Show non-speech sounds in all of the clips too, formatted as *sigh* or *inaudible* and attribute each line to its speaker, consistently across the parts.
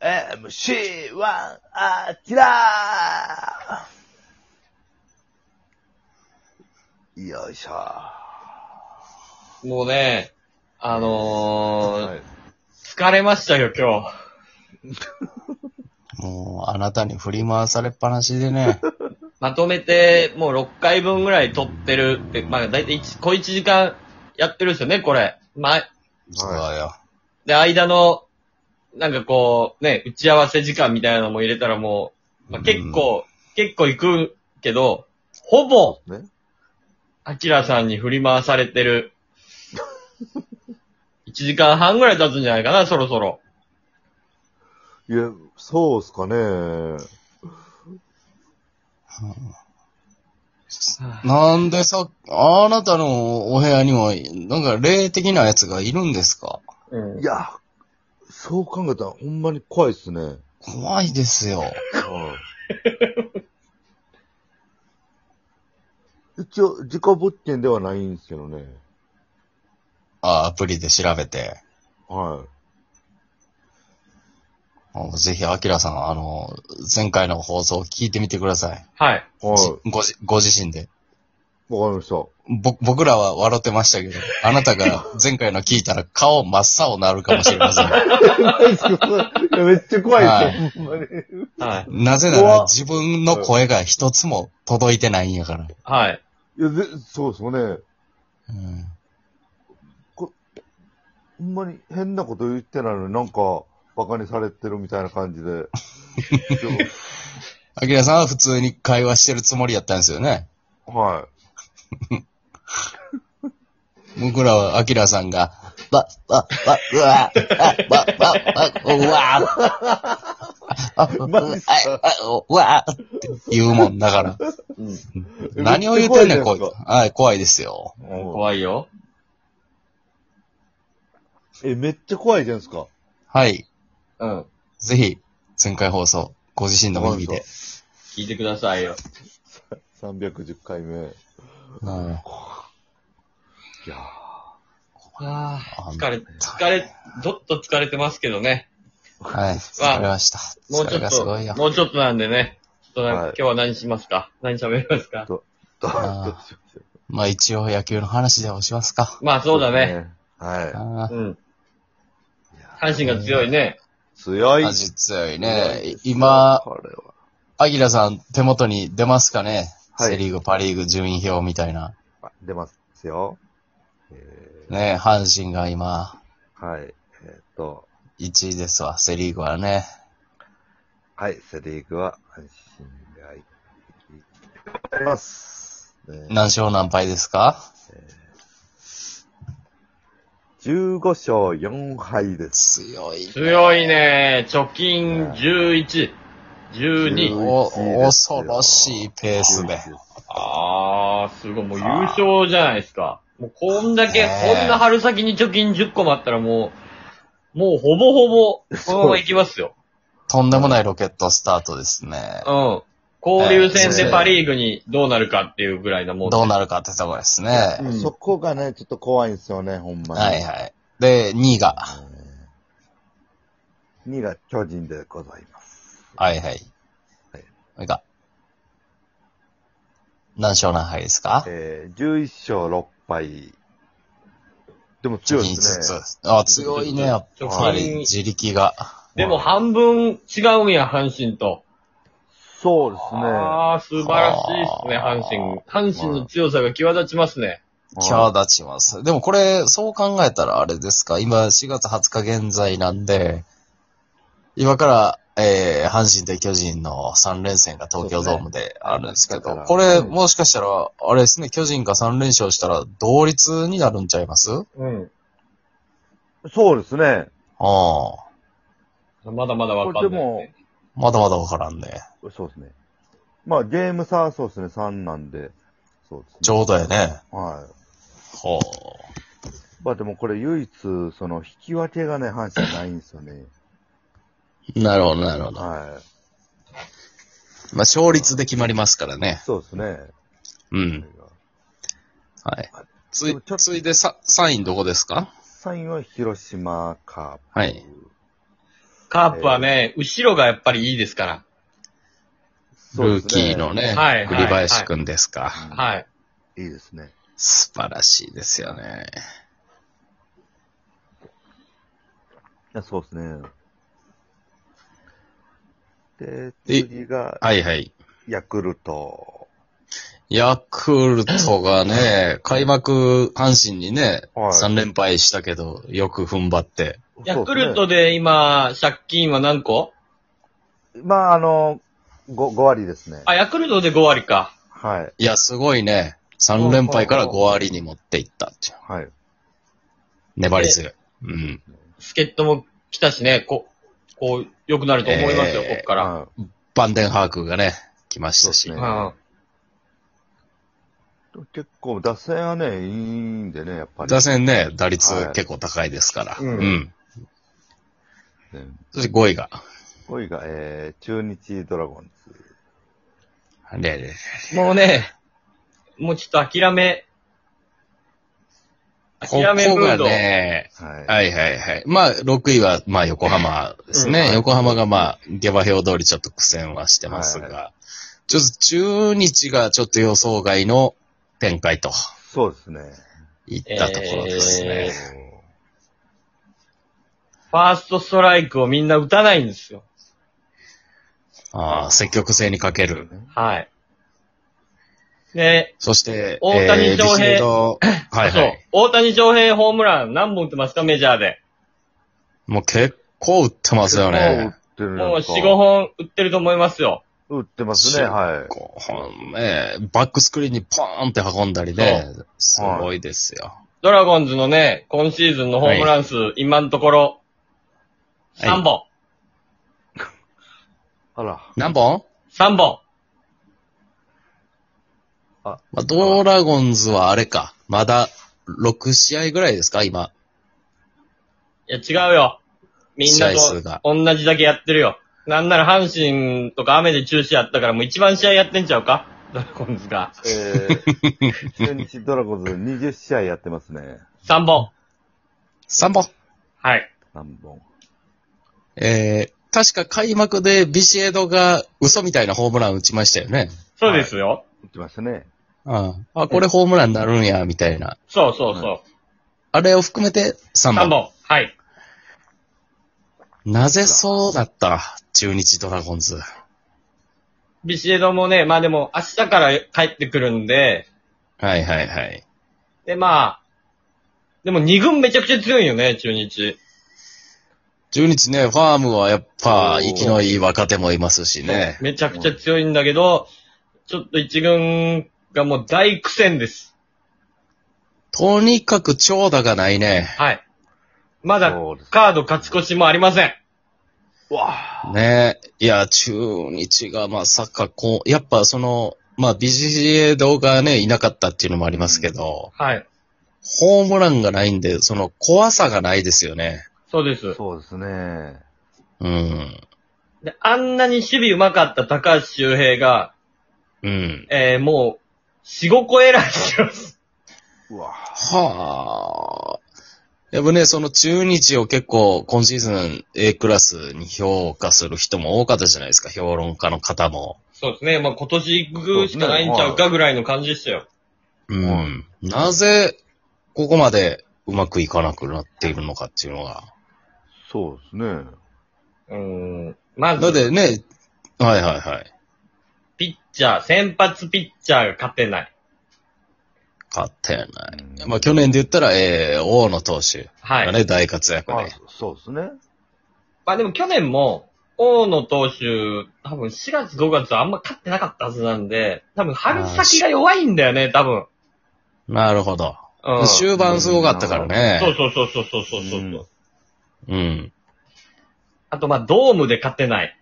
Speaker 1: 4MC1 アキラーよいしょ。
Speaker 2: もうね、あのー
Speaker 1: はい
Speaker 2: 疲れましたよ、今日。
Speaker 3: もう、あなたに振り回されっぱなしでね。
Speaker 2: まとめて、もう6回分ぐらい撮ってるって、まあ、だいたい1、小1時間やってるんですよね、これ。まあ、
Speaker 3: そうだよ。
Speaker 2: で、間の、なんかこう、ね、打ち合わせ時間みたいなのも入れたらもう、まあ、結構、結構行くけど、ほぼ、
Speaker 1: ね
Speaker 2: アキラさんに振り回されてる。1時間半ぐらい経つんじゃないかな、そろそろ。
Speaker 1: いや、そうっすかね。い
Speaker 3: なんでさ、あなたのお部屋にも、なんか霊的なやつがいるんですか
Speaker 2: うん。
Speaker 1: や、そう考えたらほんまに怖いっすね。はい
Speaker 3: 怖いですよ。
Speaker 1: 一応、自己物件ではないんですけどね。
Speaker 3: あアプリで調べて。
Speaker 1: は
Speaker 3: あぜひ、アキラさん、あの、前回の放送を聞いてみてください。
Speaker 2: はい。
Speaker 1: い。は
Speaker 3: ごじご自身で。
Speaker 1: い。わかりました。
Speaker 3: ぼ、僕らは笑ってましたけど、あなたが前回の聞いたら顔真っ青になるかもしれません。
Speaker 1: *laughs* 怖いっすよいやめっちゃ怖いっすよ、ほんまに。
Speaker 2: はい。
Speaker 3: なぜなら自分の声が一つも届いてないんやから。
Speaker 2: はい。
Speaker 1: いや、ぜそうですよね。
Speaker 3: うん
Speaker 1: ほんまに変なこと言ってないのになんか、バカにされてるみたいな感じ *laughs* で。
Speaker 3: アキラさんは普通に会話してるつもりやったんですよね。
Speaker 1: は
Speaker 3: 僕らはアキラさんが、ば、ば、ば、うわ、あ、ば、ば、ば、うわ、あ、うわ、あ、うわ、って言うもんだから。
Speaker 1: い。
Speaker 3: 何を言ってんねん、こ
Speaker 1: こ
Speaker 3: いはい、怖いですよ。
Speaker 1: い。
Speaker 2: 怖いよ。
Speaker 1: え、めっちゃ怖いじゃないですか。
Speaker 3: はい。
Speaker 2: うん。
Speaker 3: ぜひ、前回放送、ご自身の耳で。
Speaker 2: 聞いてくださいよ。
Speaker 1: 310回目。い
Speaker 3: うん
Speaker 1: や
Speaker 2: あ
Speaker 3: あ
Speaker 2: あ、疲れ、疲れ、ちょっと疲れてますけどね。
Speaker 3: はい、疲れました。
Speaker 2: もう
Speaker 3: 疲
Speaker 2: ち
Speaker 3: れ
Speaker 2: ょ
Speaker 3: が
Speaker 2: っ
Speaker 3: すごいよ
Speaker 2: と、。もうちょっとなんでね。ちょっとなんか
Speaker 1: はい
Speaker 2: 今日は何しますか何喋りますか
Speaker 3: あーまあ一応野球の話でもしますか。
Speaker 2: まあそうだね。。
Speaker 1: は
Speaker 3: あー
Speaker 2: うん。
Speaker 1: いいや。
Speaker 2: 阪神が強いね。
Speaker 1: 強い。
Speaker 3: 味強いね。今、
Speaker 1: これは。
Speaker 3: アギラさん、手元に出ますかね、
Speaker 1: はい
Speaker 3: セリーグ、パリーグ、順位表みたいな。
Speaker 1: あ出ますよ。え
Speaker 3: ね、阪神が今、
Speaker 1: ー、はい。えーっと、
Speaker 3: 1位ですわ、セリーグはね。
Speaker 1: はい、セリーグは、阪神が一匹あります。ね
Speaker 3: 何勝何敗ですか
Speaker 1: 15勝4敗です。
Speaker 3: 強い。
Speaker 2: 強いね。貯金11、12。
Speaker 3: お
Speaker 1: 11ですよ
Speaker 3: 恐ろしいペースで。
Speaker 2: ああ、すごい。もう優勝じゃないですか。もうこんだけ、
Speaker 3: ねえ
Speaker 2: こんな春先に貯金10個もあったらもう、もうほぼほぼ、このままいきますよ。
Speaker 3: とんでもないロケットスタートですね。
Speaker 2: うん。交流戦でパリーグにどうなるかっていうぐらいなもんで
Speaker 3: どうなるかってとこですね。
Speaker 2: うん
Speaker 1: そこがね、ちょっと怖いんですよね、ほんまに。
Speaker 3: はいはい。で、2位が、
Speaker 1: えー2が巨人でございます。
Speaker 3: はいはい。これが、何勝何敗ですか
Speaker 1: えー、11勝6敗。でも
Speaker 3: 貯
Speaker 1: 強い
Speaker 3: 金
Speaker 1: で
Speaker 3: ず
Speaker 1: す
Speaker 3: つ
Speaker 1: ね。。
Speaker 3: あ、強いね、やっ
Speaker 2: 貯
Speaker 3: ぱり。
Speaker 2: 金、
Speaker 3: 自力が。
Speaker 2: でも半分違うんや、阪神と。
Speaker 1: そうですね。
Speaker 2: ああ、素晴らしいですね、
Speaker 3: は
Speaker 2: 阪
Speaker 3: あ
Speaker 2: 神。阪神の強さが際立ちますね。
Speaker 3: 今日立ちます。でもこれ、そう考えたらあれですか、今4月20日現在なんで、今から、えー、阪神と巨人の3連戦が東京ドームであるんですけ
Speaker 1: そう
Speaker 3: ど、
Speaker 1: ですね
Speaker 3: こ
Speaker 1: だ
Speaker 3: れ、
Speaker 1: から
Speaker 3: もしかしたら、あれですね、巨人が3連勝したら同率になるんちゃいますあ
Speaker 2: うん。
Speaker 1: そうですね。
Speaker 3: あ、
Speaker 2: まだまだわかんない、
Speaker 1: これで
Speaker 2: ね。
Speaker 3: まだまだわからんね。
Speaker 1: そうですね。まあ、ゲーム差はそうですね、3なんで。そうです
Speaker 3: ち
Speaker 1: ね。
Speaker 3: ょうどやね。
Speaker 1: はい。
Speaker 3: ほ
Speaker 1: まあでもこれ唯一、その、引き分けがね、阪神ないんですよね。
Speaker 3: う。なるほど、なるほど。まあ、
Speaker 1: は
Speaker 3: 勝率で決まりますから
Speaker 1: い。
Speaker 3: ね。
Speaker 1: そうですね。
Speaker 3: うん。はい。つ
Speaker 1: でも
Speaker 3: い
Speaker 1: ちょ、っと
Speaker 3: ついでさ、3位どこですか
Speaker 1: 3位は広島カープ。
Speaker 3: はい。
Speaker 2: カープはね、後ろがやっぱりいいですか
Speaker 1: そう
Speaker 3: ル
Speaker 1: で
Speaker 3: ー
Speaker 1: す
Speaker 3: キーのね、
Speaker 2: はいはい
Speaker 3: 栗林くんですか、
Speaker 2: ら。はい。
Speaker 1: いいですね。
Speaker 3: 素晴らしいですよね。
Speaker 1: いやそうですね。で、
Speaker 3: え
Speaker 1: 次が、
Speaker 3: はいはい。
Speaker 1: ヤクルト。
Speaker 3: ヤクルトがね、開幕、阪神にね、
Speaker 1: はい
Speaker 3: 3連敗したけど、よく踏ん張って。
Speaker 2: ヤクル
Speaker 1: そう
Speaker 2: トで今、借金は何個
Speaker 1: ですねまあ、あの、5, 5割ですね。
Speaker 2: あ、ヤクルトで5割か。
Speaker 1: はい。
Speaker 3: いや、すごいね。3連敗から5割に持っていったっていう。
Speaker 1: はい。
Speaker 3: 粘り強い。うん。
Speaker 2: 助っ人も来たしね、こう、こう、良くなると思いますよ、
Speaker 3: えー
Speaker 2: こっから。。
Speaker 1: はい
Speaker 3: バンデンハークがね、来ましたし。
Speaker 1: そううん結構、打線はね、いいんでね、やっぱり。
Speaker 3: 打線ね、打率
Speaker 1: はい
Speaker 3: 結構高いですから。
Speaker 2: うん
Speaker 3: うん。
Speaker 1: ね。
Speaker 3: そして5位が。
Speaker 1: 5位が、えー、中日ドラゴンズ。
Speaker 3: ねね
Speaker 2: もうね、もうちょっと諦め、
Speaker 3: ここ
Speaker 2: 諦
Speaker 3: が
Speaker 2: めムード。
Speaker 3: ね、
Speaker 1: はい。
Speaker 3: はいはいはい。まあ、6位は、まあ、横浜ですね。
Speaker 2: うんはい
Speaker 3: 横浜が、まあ、下馬評通りちょっと苦戦はしてますが、ちょっと中日がちょっと予想外の展開と
Speaker 1: そうですね。
Speaker 3: いったところですね。
Speaker 2: ファーストストライクをみんな打たないんですよ。
Speaker 3: ああ、積極性に欠ける。
Speaker 2: はい。で、
Speaker 3: そして、
Speaker 2: 大谷翔平
Speaker 3: ビシエドはい
Speaker 2: そ
Speaker 3: は
Speaker 2: う
Speaker 3: い。、
Speaker 2: 大谷翔平ホームラン何本打ってますか、メジャーで。
Speaker 3: もう結構打ってますよ
Speaker 1: 結
Speaker 3: ね。
Speaker 1: 構
Speaker 2: もう
Speaker 1: 打って
Speaker 2: 4、
Speaker 1: る
Speaker 2: 5本打ってると思いますよ。
Speaker 1: 打ってますね、
Speaker 3: 四
Speaker 1: はい。
Speaker 3: こうね、バックスクリーンにポーンって運んだりね、すごいですよ。
Speaker 2: ドラゴンズのね、今シーズンのホームラン数、今のところ、
Speaker 3: はい
Speaker 2: 3本。
Speaker 1: あら。
Speaker 3: 何本
Speaker 2: 3本。
Speaker 1: あ、
Speaker 3: まあ、ドラゴンズはあれか。まだ6試合ぐらいですか今。
Speaker 2: いや、違うよ。みんな
Speaker 3: 試合数が
Speaker 2: と同じだけやってるよ。なんなら阪神とか雨で中止やったからもう一番試合やってんちゃうかドラゴンズが。
Speaker 1: えー、中日ドラゴンズ20試合やってますね。
Speaker 2: 3本。
Speaker 3: 3本。
Speaker 2: はい。
Speaker 1: 何本。
Speaker 3: えー、確か開幕でビシエドが嘘みたいなホームラン打ちましたよね。
Speaker 2: そうですよ。
Speaker 1: 打ってましたね。
Speaker 3: ああ、あこれホームランになるんや、みたいな。
Speaker 2: そうそうそう。
Speaker 3: あれを含めて3
Speaker 2: 3
Speaker 3: 本。
Speaker 2: 本。はい。
Speaker 3: なぜそうだった中日ドラゴンズ。
Speaker 2: ビシエドもね、まあでも明日から帰ってくるんで、
Speaker 3: はいはいはい。
Speaker 2: でまあ、でも2軍めちゃくちゃ強いよね、中日。
Speaker 3: 中日ね、ファームはやっぱ
Speaker 1: おー
Speaker 3: 息のいい若手もいますしね。
Speaker 2: めちゃくちゃ強いんだけど、ちょっと1軍がもう大苦戦です。
Speaker 3: とにかく長打がないね。
Speaker 2: はい。まだ
Speaker 1: そうです
Speaker 2: カード勝ち越しもありません。
Speaker 1: わあ。
Speaker 3: ねえ。いや、中日がまさかこう、やっぱその、まあ、ビジエドがね、いなかったっていうのもありますけど、
Speaker 2: はい。
Speaker 3: ホームランがないんで、その怖さがないですよね。
Speaker 2: そうです。
Speaker 1: そうですね。
Speaker 3: うん。
Speaker 2: で、あんなに守備上手かった高橋周平が、
Speaker 3: うん。
Speaker 2: えー、もう、4、5個エラーしてます。
Speaker 1: うわあ。
Speaker 3: はあ。やっぱね、その中日を結構今シーズン A クラスに評価する人も多かったじゃないですか、評論家の方も。
Speaker 2: そうですね。まあ今年行くしかないんちゃうかぐらいの感じでしたよ。
Speaker 3: うん。なぜ、ここまでうまくいかなくなっているのかっていうのが。
Speaker 1: そうですね。
Speaker 2: うーん。ま
Speaker 3: だっ
Speaker 2: ず、
Speaker 3: てね、はいはいはい。
Speaker 2: ピッチャー、先発ピッチャーが勝てない。
Speaker 3: 勝ってない。
Speaker 1: うん
Speaker 3: まあ去年で言ったら、えー、大野投手
Speaker 2: は
Speaker 3: が
Speaker 2: い。
Speaker 3: ね、大活躍
Speaker 1: あ
Speaker 3: で。
Speaker 1: そうですね。
Speaker 2: まあでも去年も、大野投手、多分4月5月はあんま勝ってなかったはずなんで、多分春先が弱いんだよね、多分。
Speaker 3: なるほど。
Speaker 2: うん。そう
Speaker 3: 終盤すごかったから
Speaker 2: そう
Speaker 3: ね。
Speaker 2: そうそうそうそうそう。
Speaker 1: うん
Speaker 3: うん。
Speaker 2: あとまあドームで勝てない。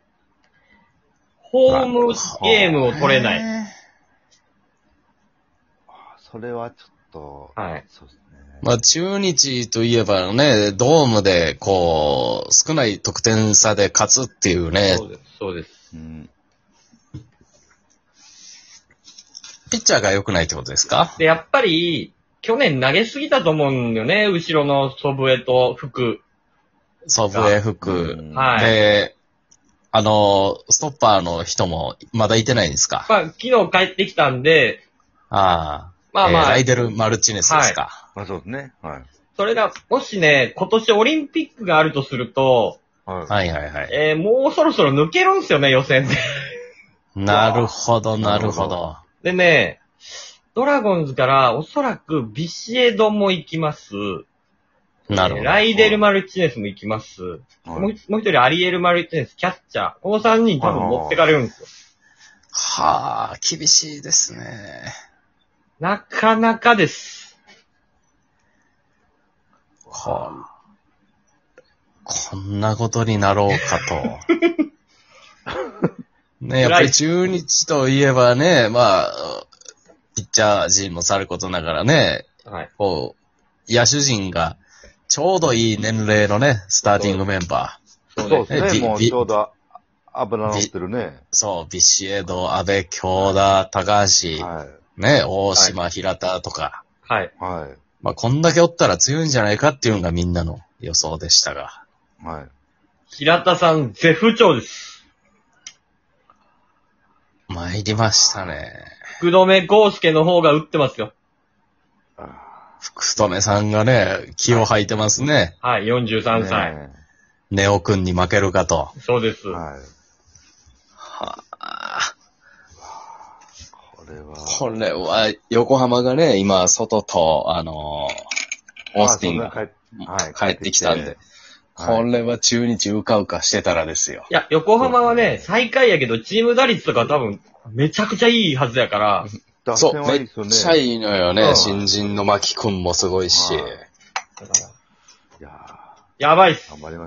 Speaker 2: ホームゲームを取れない。
Speaker 3: い。
Speaker 1: あそれはちょっと、
Speaker 2: はい。
Speaker 1: そうですね。
Speaker 3: まあ中日といえばね、ドームでこう、少ない得点差で勝つっていうね、
Speaker 2: そうです。そうです。
Speaker 1: うん。
Speaker 3: ピッチャーが良くないってことですか
Speaker 2: で、やっぱり、去年投げすぎたと思うんよね。後ろの祖父江と福。
Speaker 3: そう、笛吹
Speaker 4: う
Speaker 3: く。
Speaker 4: ん
Speaker 2: はい
Speaker 3: で、あの、ストッパーの人もまだいてないんですか
Speaker 2: まあ、昨日帰ってきたんで、
Speaker 3: あ
Speaker 2: ま
Speaker 3: あ。
Speaker 2: あ
Speaker 3: えー
Speaker 2: まあ、
Speaker 3: ライデル・マルチネスですか。
Speaker 1: あ、そうですね。はい。
Speaker 2: それが、もしね、今年オリンピックがあるとすると、
Speaker 1: はい。
Speaker 3: はいはいはい。
Speaker 2: えーもうそろそろ抜けるんすよね、予選で。 *laughs*
Speaker 3: なるほど、なるほ
Speaker 1: なる
Speaker 3: ど。
Speaker 2: でね、ドラゴンズからおそらくビシエドも行きます。
Speaker 3: なるほど。
Speaker 2: ライデル・マルチネスも行きます。
Speaker 1: はい
Speaker 2: もう一もう一人アリエル・マルチネス、キャッチャー。この三人多分持ってかれるんですよ。
Speaker 3: はあ、厳しいですね。
Speaker 2: なかなかです。
Speaker 3: こんこんなことになろうかと。ね、やっぱり中日といえばね、まあ、ピッチャー陣もさることながらね、
Speaker 2: はい。
Speaker 3: こう、野手陣がちょうどいい年齢のね、スターティングメンバー。
Speaker 1: そうです
Speaker 3: え
Speaker 1: ね。
Speaker 3: び
Speaker 1: もう
Speaker 3: び
Speaker 1: ちょうどあ油乗ってるね。
Speaker 3: そう、ビシエド、安倍、京田、高橋、
Speaker 1: は
Speaker 3: ね、大島、平田とか。
Speaker 2: はい。
Speaker 1: い。は
Speaker 3: まあ、こんだけおったら強いんじゃないかっていうのがみんなの予想でしたが。
Speaker 1: い。はい。
Speaker 2: 平田さん、絶不調です。
Speaker 3: 参りましたね。
Speaker 2: 福留孝介の方が打ってますよ。
Speaker 1: あ
Speaker 3: 福留さんがね、気を吐いてますね。
Speaker 2: はい、
Speaker 1: ー
Speaker 2: 43歳。
Speaker 1: ね
Speaker 3: ネオくんに負けるかと。
Speaker 2: そうです
Speaker 1: え。はい。
Speaker 3: あ
Speaker 1: これは。
Speaker 3: ーこれは、横浜がね、今、外と、あのーオースティン
Speaker 1: あ
Speaker 3: が
Speaker 1: そうだはい
Speaker 3: 帰ってきたんで。、これは中日うかうかしてたらですよ。
Speaker 2: いや、横浜はね、最下位やけど、チーム打率とか多分、めちゃくちゃいいはずや
Speaker 1: *laughs*
Speaker 2: から、
Speaker 1: 打
Speaker 3: そ
Speaker 1: 線
Speaker 3: う、
Speaker 1: は
Speaker 3: め
Speaker 1: いいですよ
Speaker 3: っ
Speaker 1: ね。
Speaker 3: ちゃいいのよ
Speaker 2: う
Speaker 3: ね。
Speaker 2: ん
Speaker 3: 新人の牧くんもすごいし。
Speaker 1: はい
Speaker 2: だから
Speaker 1: いや
Speaker 2: やばいっ
Speaker 1: ー
Speaker 2: す。
Speaker 1: 頑張りました。